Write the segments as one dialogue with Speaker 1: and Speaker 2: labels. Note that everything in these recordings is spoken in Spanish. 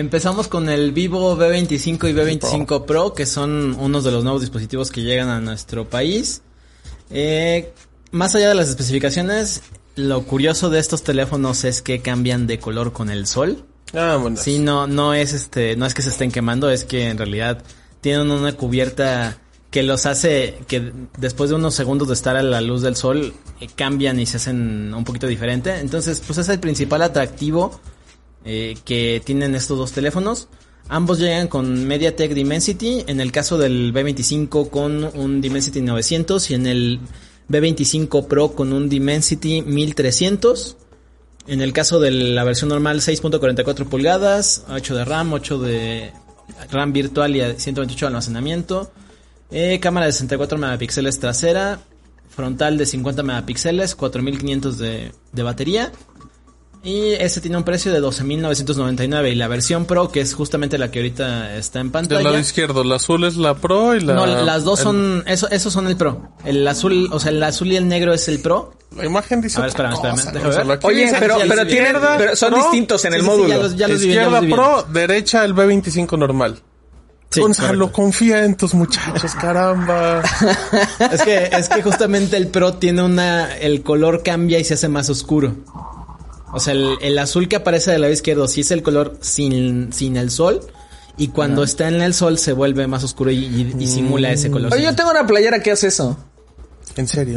Speaker 1: Empezamos con el Vivo B25 y B25 Pro, que son unos de los nuevos dispositivos que llegan a nuestro país. Eh, más allá de las especificaciones, lo curioso de estos teléfonos es que cambian de color con el sol.
Speaker 2: Ah, bueno.
Speaker 1: Sí, no, no es este, no es que se estén quemando, es que en realidad tienen una cubierta que los hace que después de unos segundos de estar a la luz del sol eh, cambian y se hacen un poquito diferente. Entonces, pues es el principal atractivo eh, que tienen estos dos teléfonos. Ambos llegan con MediaTek Dimensity, en el caso del B25 con un Dimensity 900 y en el B25 Pro con un Dimensity 1300. En el caso de la versión normal 6.44 pulgadas, 8 de RAM, 8 de RAM virtual y 128 de almacenamiento. Eh, cámara de 64 megapíxeles trasera, frontal de 50 megapíxeles, 4500 de, de batería. Y este tiene un precio de 12.999 y la versión Pro, que es justamente la que ahorita está en pantalla.
Speaker 2: Del lado izquierdo, la azul es la Pro y la...
Speaker 1: No, las dos son, eso, esos son el Pro. El azul, o sea, el azul y el negro es el Pro.
Speaker 2: La imagen dice
Speaker 1: A ver,
Speaker 2: otra
Speaker 1: espérame, espérame,
Speaker 2: cosa,
Speaker 1: déjame
Speaker 2: Gonzalo.
Speaker 1: ver.
Speaker 2: Aquí
Speaker 3: Oye,
Speaker 2: dice
Speaker 3: pero,
Speaker 1: sí,
Speaker 3: pero
Speaker 1: sí,
Speaker 3: tienen,
Speaker 2: izquierda,
Speaker 3: pero son
Speaker 2: ¿no?
Speaker 3: distintos en el
Speaker 1: Sí, sí, sí,
Speaker 3: módulo.
Speaker 1: ya los- ya los vi, ya
Speaker 2: izquierda
Speaker 1: los vi.
Speaker 2: Pro, derecha el B25 normal.
Speaker 1: Sí,
Speaker 2: Gonzalo,
Speaker 1: correcto.
Speaker 2: confía en tus muchachos, caramba.
Speaker 1: Es que, es que justamente el Pro tiene una, el color cambia y se hace más oscuro. O sea, el, el azul que aparece del lado izquierdo sí es el color sin, sin el sol. Y cuando está en el sol se vuelve más oscuro y, y- y simula ese color.
Speaker 3: Mm. Oye, yo tengo una playera que hace eso.
Speaker 2: En serio.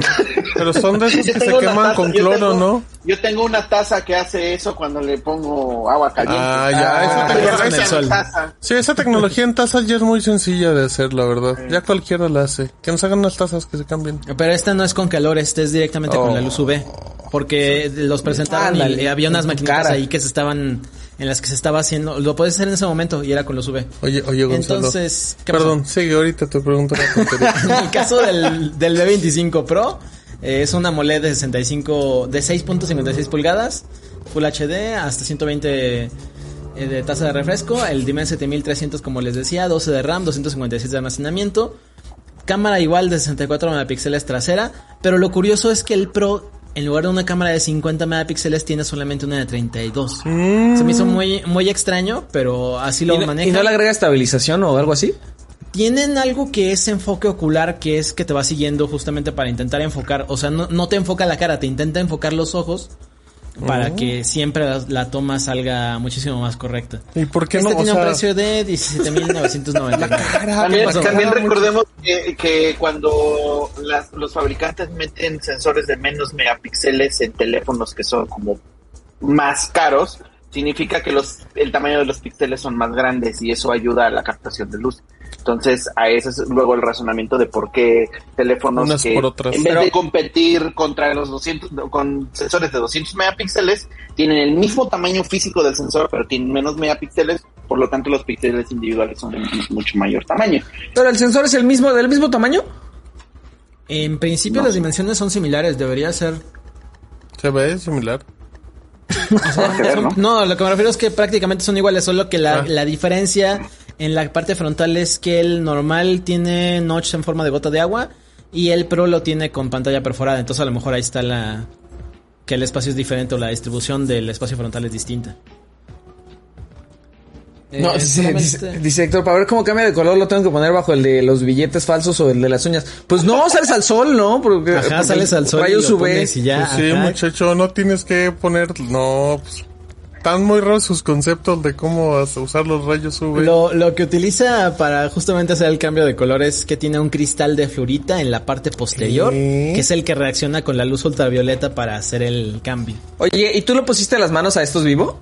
Speaker 2: Pero son de esos
Speaker 4: Yo
Speaker 2: que se
Speaker 4: tengo una
Speaker 2: queman
Speaker 4: taza-
Speaker 2: con
Speaker 4: yo
Speaker 2: cloro,
Speaker 4: tengo-
Speaker 2: ¿no?
Speaker 4: Yo tengo una taza que hace eso cuando le pongo agua caliente.
Speaker 2: Ah, ya, esa
Speaker 4: Pero
Speaker 2: tecnología-
Speaker 4: esa
Speaker 1: sol.
Speaker 4: taza.
Speaker 2: Sí, esa tecnología en tazas ya es muy sencilla de hacer, la verdad. Ya cualquiera la hace. Que nos hagan unas tazas que se cambien.
Speaker 1: Pero esta no es con calor, este es directamente con la luz UV. Porque los presentaban y-
Speaker 3: Ándale,
Speaker 1: y, había unas
Speaker 3: en tu
Speaker 1: maquinitas
Speaker 3: cara.
Speaker 1: ahí que se estaban, en las que se estaba haciendo, lo podías hacer en ese momento y era con los UV.
Speaker 2: Oye, oye, Gonzalo.
Speaker 1: Entonces, ¿qué pasó?
Speaker 2: Perdón, sigue, ahorita te pregunto una tontería.
Speaker 1: en el caso del, del B25 Pro, eh, es una AMOLED de 65, de 6.56 pulgadas, Full HD, hasta 120 eh, de tasa de refresco, el Dimensity 7300 como les decía, 12 de RAM, 256 de almacenamiento, cámara igual de 64 megapíxeles trasera, pero lo curioso es que el Pro en lugar de una cámara de 50 megapíxeles tiene solamente una de 32. Se me hizo muy muy extraño, pero así lo
Speaker 3: ¿Y, no,
Speaker 1: maneja
Speaker 3: y no le agrega estabilización o algo así?
Speaker 1: tienen algo que es enfoque ocular, que es que te va siguiendo justamente para intentar enfocar, o sea, no, no te enfoca la cara, te intenta enfocar los ojos para que siempre la, la toma salga muchísimo más correcta.
Speaker 2: ¿Y por qué
Speaker 1: este
Speaker 2: no? O
Speaker 1: tiene un
Speaker 2: sea,
Speaker 1: precio de 17.999.
Speaker 2: cara, Ah, ¿qué
Speaker 4: Ah, También,
Speaker 2: pasó?
Speaker 4: también recordemos que, que cuando las- los fabricantes meten sensores de menos megapíxeles en teléfonos que son como más caros, significa que los el tamaño de los píxeles son más grandes y eso ayuda a la captación de luz. Entonces, a eso es luego el razonamiento de por qué teléfonos
Speaker 2: Unas
Speaker 4: que
Speaker 2: por otras.
Speaker 4: en vez
Speaker 3: Pero-
Speaker 4: de competir contra los 200 con sensores de 200 megapíxeles tienen el mismo tamaño físico del sensor, pero tienen menos megapíxeles, por lo tanto los píxeles individuales son de mucho mayor tamaño.
Speaker 3: ¿Pero el sensor es el mismo, del mismo tamaño?
Speaker 1: en principio las dimensiones son similares, debería ser.
Speaker 2: Se ve similar.
Speaker 4: que ver, ¿no?
Speaker 1: No, lo que me refiero es que prácticamente son iguales, solo que la,
Speaker 2: Ah.
Speaker 1: la diferencia en la parte frontal es que el normal tiene notch en forma de gota de agua y el Pro lo tiene con pantalla perforada, entonces a lo mejor ahí está la que el espacio es diferente o la distribución del espacio frontal es distinta.
Speaker 3: No,
Speaker 1: Eh,
Speaker 3: dice, dice,
Speaker 1: solamente-
Speaker 3: dice Héctor, para ver cómo cambia de color lo tengo que poner bajo el de los billetes falsos o el de las uñas. Pues no, sales al sol, ¿no? Porque,
Speaker 1: Ajá,
Speaker 3: porque
Speaker 1: sales al sol y
Speaker 3: pues, Rayos
Speaker 1: lo
Speaker 3: UV.
Speaker 1: pones y ya.
Speaker 2: Pues sí,
Speaker 1: ajá.
Speaker 2: muchacho, no tienes que poner... No, pues, Están muy raros sus conceptos de cómo as- usar los rayos UV.
Speaker 1: Lo, lo que utiliza para justamente hacer el cambio de color es que tiene un cristal de fluorita en la parte posterior,
Speaker 2: ¿Qué?
Speaker 1: que es el que reacciona con la luz ultravioleta para hacer el cambio.
Speaker 3: Oye, ¿y tú le pusiste las manos a estos vivo?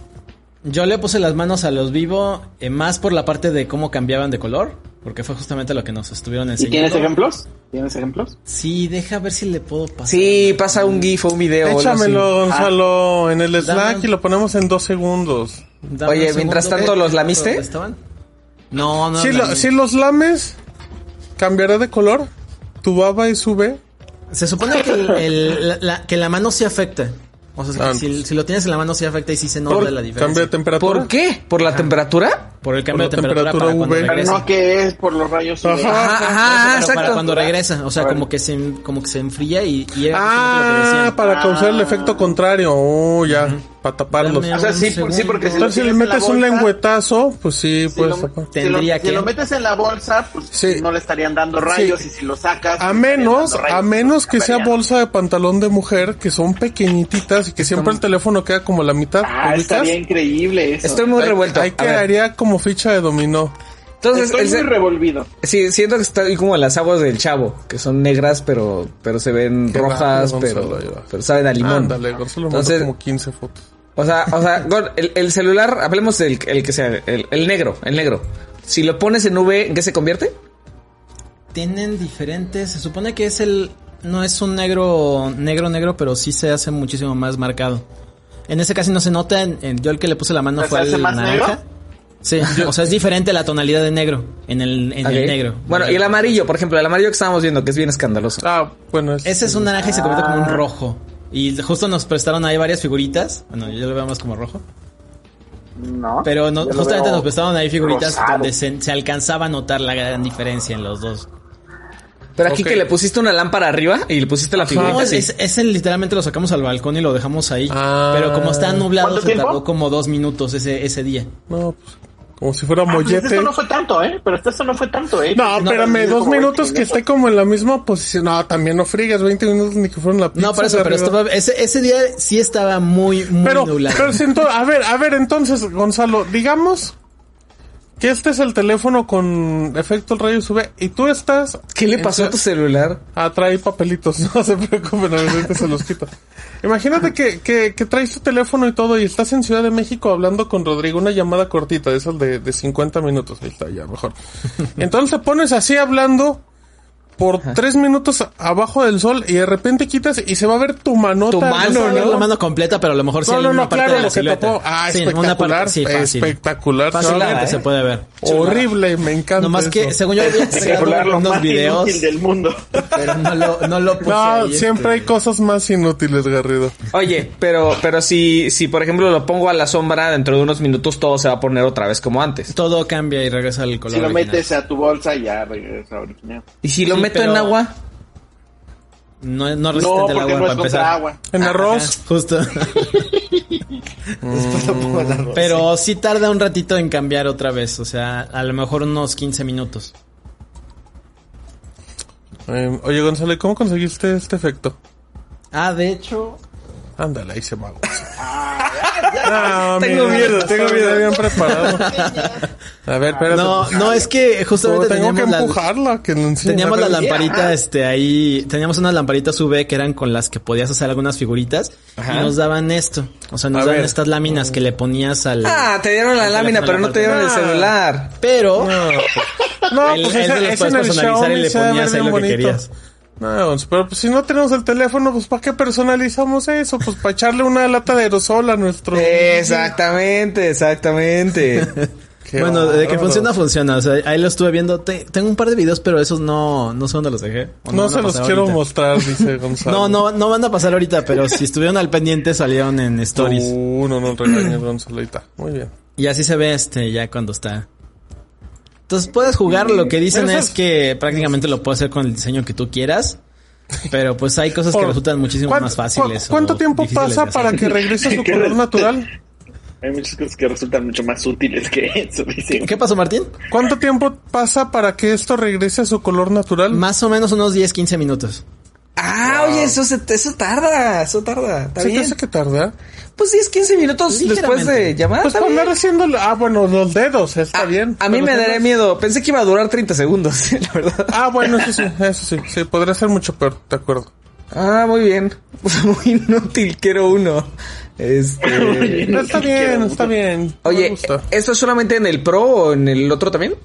Speaker 1: Yo le puse las manos a los vivo, eh, más por la parte de cómo cambiaban de color, porque fue justamente lo que nos estuvieron
Speaker 4: ¿Y
Speaker 1: enseñando.
Speaker 4: tienes ejemplos? ¿Tienes ejemplos?
Speaker 1: Sí, deja ver si le puedo pasar.
Speaker 3: Sí, pasa un GIF o un video. o algo así.
Speaker 2: Échamelo, Gonzalo, en el Slack
Speaker 1: Ah, Dame-
Speaker 2: y lo ponemos en dos segundos.
Speaker 1: Dame
Speaker 3: Oye,
Speaker 1: un
Speaker 3: mientras
Speaker 1: segundo.
Speaker 3: tanto, ¿los
Speaker 1: ¿Eh?
Speaker 3: lamiste?
Speaker 1: ¿Dónde estaban? No, no.
Speaker 2: si,
Speaker 1: no,
Speaker 2: lo-
Speaker 1: no.
Speaker 2: si los lames, cambiará de color. Tu baba es UV.
Speaker 1: Se supone que, el- el- la, la- que la mano sí afecta. O sea,
Speaker 2: Ah,
Speaker 1: si, si lo tienes en la mano sí afecta y sí se nota
Speaker 3: Por-
Speaker 1: la diferencia.
Speaker 2: Cambia de temperatura.
Speaker 3: ¿Por qué? ¿Por la temperatura?
Speaker 1: Por el cambio
Speaker 2: Por
Speaker 1: de
Speaker 2: la
Speaker 1: temperatura,
Speaker 2: temperatura
Speaker 1: para cuando
Speaker 2: UV.
Speaker 4: Pero
Speaker 1: regresa.
Speaker 4: no que es por los rayos UV.
Speaker 2: Ajá.
Speaker 3: Ajá, ajá,
Speaker 1: Pero
Speaker 3: exacto.
Speaker 1: para cuando regresa, o sea,
Speaker 4: Vale.
Speaker 1: como que se como que se enfría y, y era justamente lo que
Speaker 2: Ah,
Speaker 1: decían.
Speaker 2: para causar el efecto contrario. Oh, ya. para taparlos.
Speaker 1: Dame
Speaker 4: O sea,
Speaker 1: un
Speaker 4: sí, por- sí,
Speaker 1: segundo.
Speaker 4: porque
Speaker 2: Entonces, si le
Speaker 4: tienes en la
Speaker 2: metes un
Speaker 4: bolsa,
Speaker 2: lengüetazo, pues sí,
Speaker 4: si lo,
Speaker 2: puedes tapar.
Speaker 4: si lo-
Speaker 1: Tendría
Speaker 4: si
Speaker 1: que-
Speaker 4: lo metes en la bolsa, pues
Speaker 2: Sí.
Speaker 4: no le estarían dando rayos
Speaker 2: Sí.
Speaker 4: y si lo sacas... pues,
Speaker 2: A
Speaker 4: le estarían
Speaker 2: menos,
Speaker 4: dando rayos, pues,
Speaker 2: a menos que sea
Speaker 4: estarían.
Speaker 2: bolsa de pantalón de mujer, que son pequeñititas y que siempre el teléfono queda como la mitad.
Speaker 4: Ah,
Speaker 2: ¿ubicas?
Speaker 4: estaría increíble eso.
Speaker 3: Estoy muy
Speaker 2: Ahí-
Speaker 3: revuelto.
Speaker 2: Ahí
Speaker 3: A ver,
Speaker 2: quedaría como ficha de dominó.
Speaker 3: Entonces,
Speaker 4: Estoy
Speaker 3: el se-
Speaker 4: muy revolvido.
Speaker 3: sí, siento que está como en las aguas del chavo, que son negras, pero, pero se ven
Speaker 2: Qué
Speaker 3: rojas,
Speaker 2: raro,
Speaker 3: pero,
Speaker 2: Gonzalo, ahí va.
Speaker 3: pero saben a limón.
Speaker 2: Ándale, Gonzalo mandó
Speaker 3: Entonces-
Speaker 2: como 15 fotos.
Speaker 3: O sea, o sea, Gor, el, el celular, hablemos del el que sea, el, el negro, el negro. Si lo pones en V, ¿en qué se convierte?
Speaker 1: Tienen diferentes. Se supone que es el. No es un negro, negro, negro, pero sí se hace muchísimo más marcado. En ese casi no se nota. en- en- yo el que le puse la mano
Speaker 4: ¿Se
Speaker 1: fue
Speaker 4: hace
Speaker 1: al
Speaker 4: más
Speaker 1: naranja.
Speaker 4: negro?
Speaker 1: Sí, o sea, es diferente la tonalidad de negro en el, en el
Speaker 3: Ok.
Speaker 1: negro.
Speaker 3: Bueno, y el amarillo, por ejemplo, el amarillo que estábamos viendo, que es bien escandaloso.
Speaker 2: Ah, bueno, es-
Speaker 1: Ese es un naranja y se convierte como un rojo. Y justo nos prestaron ahí varias figuritas. Bueno, yo lo veo más como rojo.
Speaker 4: No.
Speaker 1: Pero no-
Speaker 4: yo lo
Speaker 1: justamente
Speaker 4: veo
Speaker 1: nos prestaron ahí figuritas
Speaker 4: rosado.
Speaker 1: donde se, se alcanzaba a notar la gran diferencia en los dos.
Speaker 3: Pero aquí
Speaker 2: ok.
Speaker 3: que le pusiste una lámpara arriba y le pusiste la figurita
Speaker 1: No, es,
Speaker 3: así.
Speaker 1: es- ese literalmente lo sacamos al balcón y lo dejamos ahí.
Speaker 2: Ah.
Speaker 1: Pero como está nublado,
Speaker 4: ¿Cuánto
Speaker 1: se
Speaker 4: tiempo?
Speaker 1: tardó como dos minutos ese, ese día.
Speaker 2: No, pues, como si fuera
Speaker 4: Ah, pues
Speaker 2: mollete.
Speaker 4: esto no fue tanto, ¿eh? Pero esto no fue tanto, ¿eh?
Speaker 2: No,
Speaker 4: No,
Speaker 2: espérame,
Speaker 4: pero
Speaker 2: dos
Speaker 4: como
Speaker 2: minutos
Speaker 4: 20
Speaker 2: que esté como en la misma posición. No, también no friegues, 20 minutos ni que fueron la pizza.
Speaker 1: No, por eso,
Speaker 2: de
Speaker 1: pero
Speaker 2: arriba.
Speaker 1: estaba- ese, ese día sí estaba muy, muy
Speaker 2: Pero,
Speaker 1: nublado.
Speaker 2: pero si ento- a ver, a ver, entonces, Gonzalo, digamos que este es el teléfono con efecto el rayo sube y tú estás...
Speaker 3: ¿Qué le pasó a tu celular?
Speaker 2: Ah, trae papelitos, no se preocupen, ahorita se los quito. Imagínate que, que, que traes tu teléfono y todo y estás en Ciudad de México hablando con Rodrigo, una llamada cortita, de esas de, de 50 minutos, ahí está, ya mejor. Entonces te pones así hablando por tres minutos abajo del sol y de repente quitas y se va a ver tu manota.
Speaker 3: Tu mano,
Speaker 2: se va a ver
Speaker 3: ¿no?
Speaker 1: La mano completa, pero a lo mejor Pues sí
Speaker 2: No,
Speaker 1: hay
Speaker 2: no,
Speaker 1: una
Speaker 2: no,
Speaker 1: parte
Speaker 2: claro,
Speaker 1: de la
Speaker 2: lo que
Speaker 1: silueta.
Speaker 2: tapó. Ah,
Speaker 1: Sí,
Speaker 2: espectacular.
Speaker 1: una parte, sí, fácil.
Speaker 2: espectacular. se va a ver
Speaker 1: Fácilmente
Speaker 3: ¿eh?
Speaker 1: se puede ver.
Speaker 2: Horrible, me encanta.
Speaker 1: No más que,
Speaker 2: eso.
Speaker 1: según yo, había
Speaker 4: minutos.
Speaker 1: sacado
Speaker 4: Celular, lo
Speaker 1: unos
Speaker 4: más
Speaker 1: videos,
Speaker 4: inútil del mundo.
Speaker 1: pero no lo, no lo puse
Speaker 2: No,
Speaker 1: ahí,
Speaker 2: siempre hay
Speaker 1: este.
Speaker 2: cosas más inútiles, Garrido.
Speaker 3: Oye, pero, pero si, si por ejemplo lo pongo a la sombra, dentro de unos minutos todo se va a poner otra vez como antes.
Speaker 1: Todo cambia y regresa al color
Speaker 4: Si lo
Speaker 1: original.
Speaker 4: metes a tu bolsa, ya regresa original.
Speaker 3: Y si lo
Speaker 1: Sí,
Speaker 3: meto
Speaker 1: pero-
Speaker 3: en agua,
Speaker 1: No, no resistente
Speaker 4: No,
Speaker 1: el
Speaker 4: porque
Speaker 1: agua
Speaker 4: no
Speaker 1: para
Speaker 4: es contra
Speaker 1: empezar.
Speaker 4: agua.
Speaker 2: En arroz.
Speaker 1: Ajá, justo. Pero sí tarda un ratito en cambiar otra vez. O sea, a lo mejor unos 15 minutos.
Speaker 2: Eh, oye, Gonzalo, ¿y ¿cómo conseguiste este efecto?
Speaker 1: Ah, de hecho.
Speaker 2: Ándale, ahí se mago.
Speaker 3: Tengo miedo, tengo miedo.
Speaker 2: bien preparado. A ver, espérate.
Speaker 1: No, no, es que
Speaker 2: Oh,
Speaker 1: justamente
Speaker 2: tengo que
Speaker 1: teníamos, la-
Speaker 2: empujarla, que no enseñe
Speaker 1: teníamos la
Speaker 2: nada.
Speaker 1: lamparita este, ahí. Teníamos unas lamparitas UV que eran con las que podías hacer algunas figuritas.
Speaker 3: Ajá.
Speaker 1: Y nos daban esto. O sea, nos
Speaker 2: A
Speaker 1: daban
Speaker 2: ver.
Speaker 1: estas láminas que le ponías al.
Speaker 3: ah, te dieron la
Speaker 1: el
Speaker 3: lámina,
Speaker 1: teléfono
Speaker 3: pero
Speaker 1: en la parte.
Speaker 3: no te dieron el
Speaker 2: Ah.
Speaker 3: celular.
Speaker 1: Pero.
Speaker 2: No,
Speaker 1: El-
Speaker 2: pues
Speaker 1: el de los
Speaker 2: ese, ese
Speaker 1: puedes
Speaker 2: en
Speaker 1: personalizar
Speaker 2: el
Speaker 1: y
Speaker 2: Xiaomi
Speaker 1: le
Speaker 2: se ve
Speaker 1: ponías ahí lo
Speaker 2: bien
Speaker 1: que
Speaker 2: bonito.
Speaker 1: querías.
Speaker 2: No, pues, pero pues, si no tenemos el teléfono, pues ¿para qué personalizamos eso? Pues para echarle una lata de aerosol a nuestro...
Speaker 3: Exactamente, exactamente.
Speaker 2: Qué
Speaker 1: bueno, de que
Speaker 2: bárbaro.
Speaker 1: funciona, funciona. O sea, ahí lo estuve viendo. Te- tengo un par de videos, pero esos no, no sé dónde los dejé. O
Speaker 2: No
Speaker 1: van a
Speaker 2: se los
Speaker 1: pasar
Speaker 2: quiero
Speaker 1: ahorita.
Speaker 2: mostrar, dice Gonzalo.
Speaker 1: No, no, no van a pasar ahorita, pero si estuvieron al pendiente salieron en stories.
Speaker 2: Uh, no, no regañes, Gonzalo. ahí está. Muy bien.
Speaker 1: Y así se ve este ya cuando está. Entonces puedes jugar, lo que dicen
Speaker 2: Pero
Speaker 1: es
Speaker 2: esas-
Speaker 1: que prácticamente lo puedes hacer con el diseño que tú quieras. Pero pues hay cosas que
Speaker 2: Por-
Speaker 1: resultan muchísimo
Speaker 2: ¿cuán-
Speaker 1: más fáciles.
Speaker 2: cu- ¿Cuánto
Speaker 1: o
Speaker 2: tiempo
Speaker 1: difíciles de
Speaker 2: pasa
Speaker 1: hacer.
Speaker 2: para que regrese a su
Speaker 4: ¿Qué
Speaker 2: color
Speaker 4: les-
Speaker 2: natural?
Speaker 4: Hay muchas cosas que resultan mucho más útiles que eso. dice.
Speaker 1: ¿Qué pasó, Martín?
Speaker 2: ¿Cuánto tiempo pasa para que esto regrese a su color natural?
Speaker 1: Más o menos unos 10, 15 minutos.
Speaker 3: ah, oye, eso, se- eso tarda, eso tarda. Está
Speaker 2: ¿Se te
Speaker 3: bien.
Speaker 2: hace que ¿eh? tarda?
Speaker 3: Pues 10, 15 minutos después de
Speaker 1: Ligeramente.
Speaker 3: llamar.
Speaker 2: Pues
Speaker 3: está
Speaker 2: para
Speaker 3: bien.
Speaker 2: andar haciendo... Ah, bueno, los dedos, está
Speaker 3: a,
Speaker 2: bien.
Speaker 3: a mí
Speaker 2: Pero
Speaker 3: me
Speaker 2: tal
Speaker 3: daría
Speaker 2: vez-
Speaker 3: miedo. Pensé que iba a durar 30 segundos, la verdad.
Speaker 2: Ah, bueno, eso sí, eso sí. Sí, podría ser mucho peor, de acuerdo.
Speaker 3: Ah, muy bien. Muy inútil, quiero uno. Este.
Speaker 2: No, está bien, está bien. Me
Speaker 3: Oye,
Speaker 2: gusta.
Speaker 3: ¿esto es solamente en el Pro o en el otro también?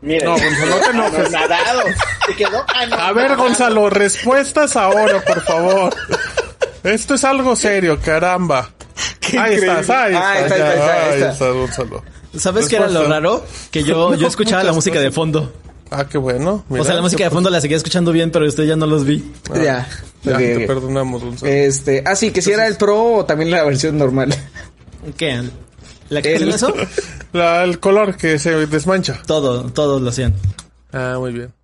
Speaker 4: Mira,
Speaker 2: No, Gonzalo, no pues, te enojes.
Speaker 4: Anonadado. Se quedó anonadado.
Speaker 2: A ver, Gonzalo, respuestas ahora, por favor. Esto es algo serio, caramba.
Speaker 3: Qué
Speaker 2: ahí
Speaker 3: increíble.
Speaker 2: estás, ahí
Speaker 3: Ah,
Speaker 2: estás.
Speaker 3: ahí está,
Speaker 2: ya,
Speaker 3: ahí está, ahí
Speaker 2: ahí
Speaker 3: está.
Speaker 2: estás, Gonzalo.
Speaker 1: ¿Sabes qué era lo
Speaker 2: Respuesta.
Speaker 1: raro? Que yo, yo
Speaker 2: No,
Speaker 1: escuchaba la
Speaker 2: muchas
Speaker 1: música de
Speaker 2: cosas.
Speaker 1: fondo.
Speaker 2: Ah, qué bueno. mira.
Speaker 1: o sea, la música de fondo la seguía escuchando bien, pero usted ya no los vi.
Speaker 3: ya.
Speaker 2: Ya,
Speaker 3: Ok,
Speaker 2: te
Speaker 3: ok.
Speaker 2: perdonamos, Gonzalo.
Speaker 3: Este, ah, sí, que si era el Pro o también la versión normal.
Speaker 1: ¿Qué? ¿La que
Speaker 3: El-
Speaker 1: hacen eso?
Speaker 2: La- el color que se desmancha.
Speaker 1: Todo, todos lo hacían.
Speaker 2: Ah, muy bien.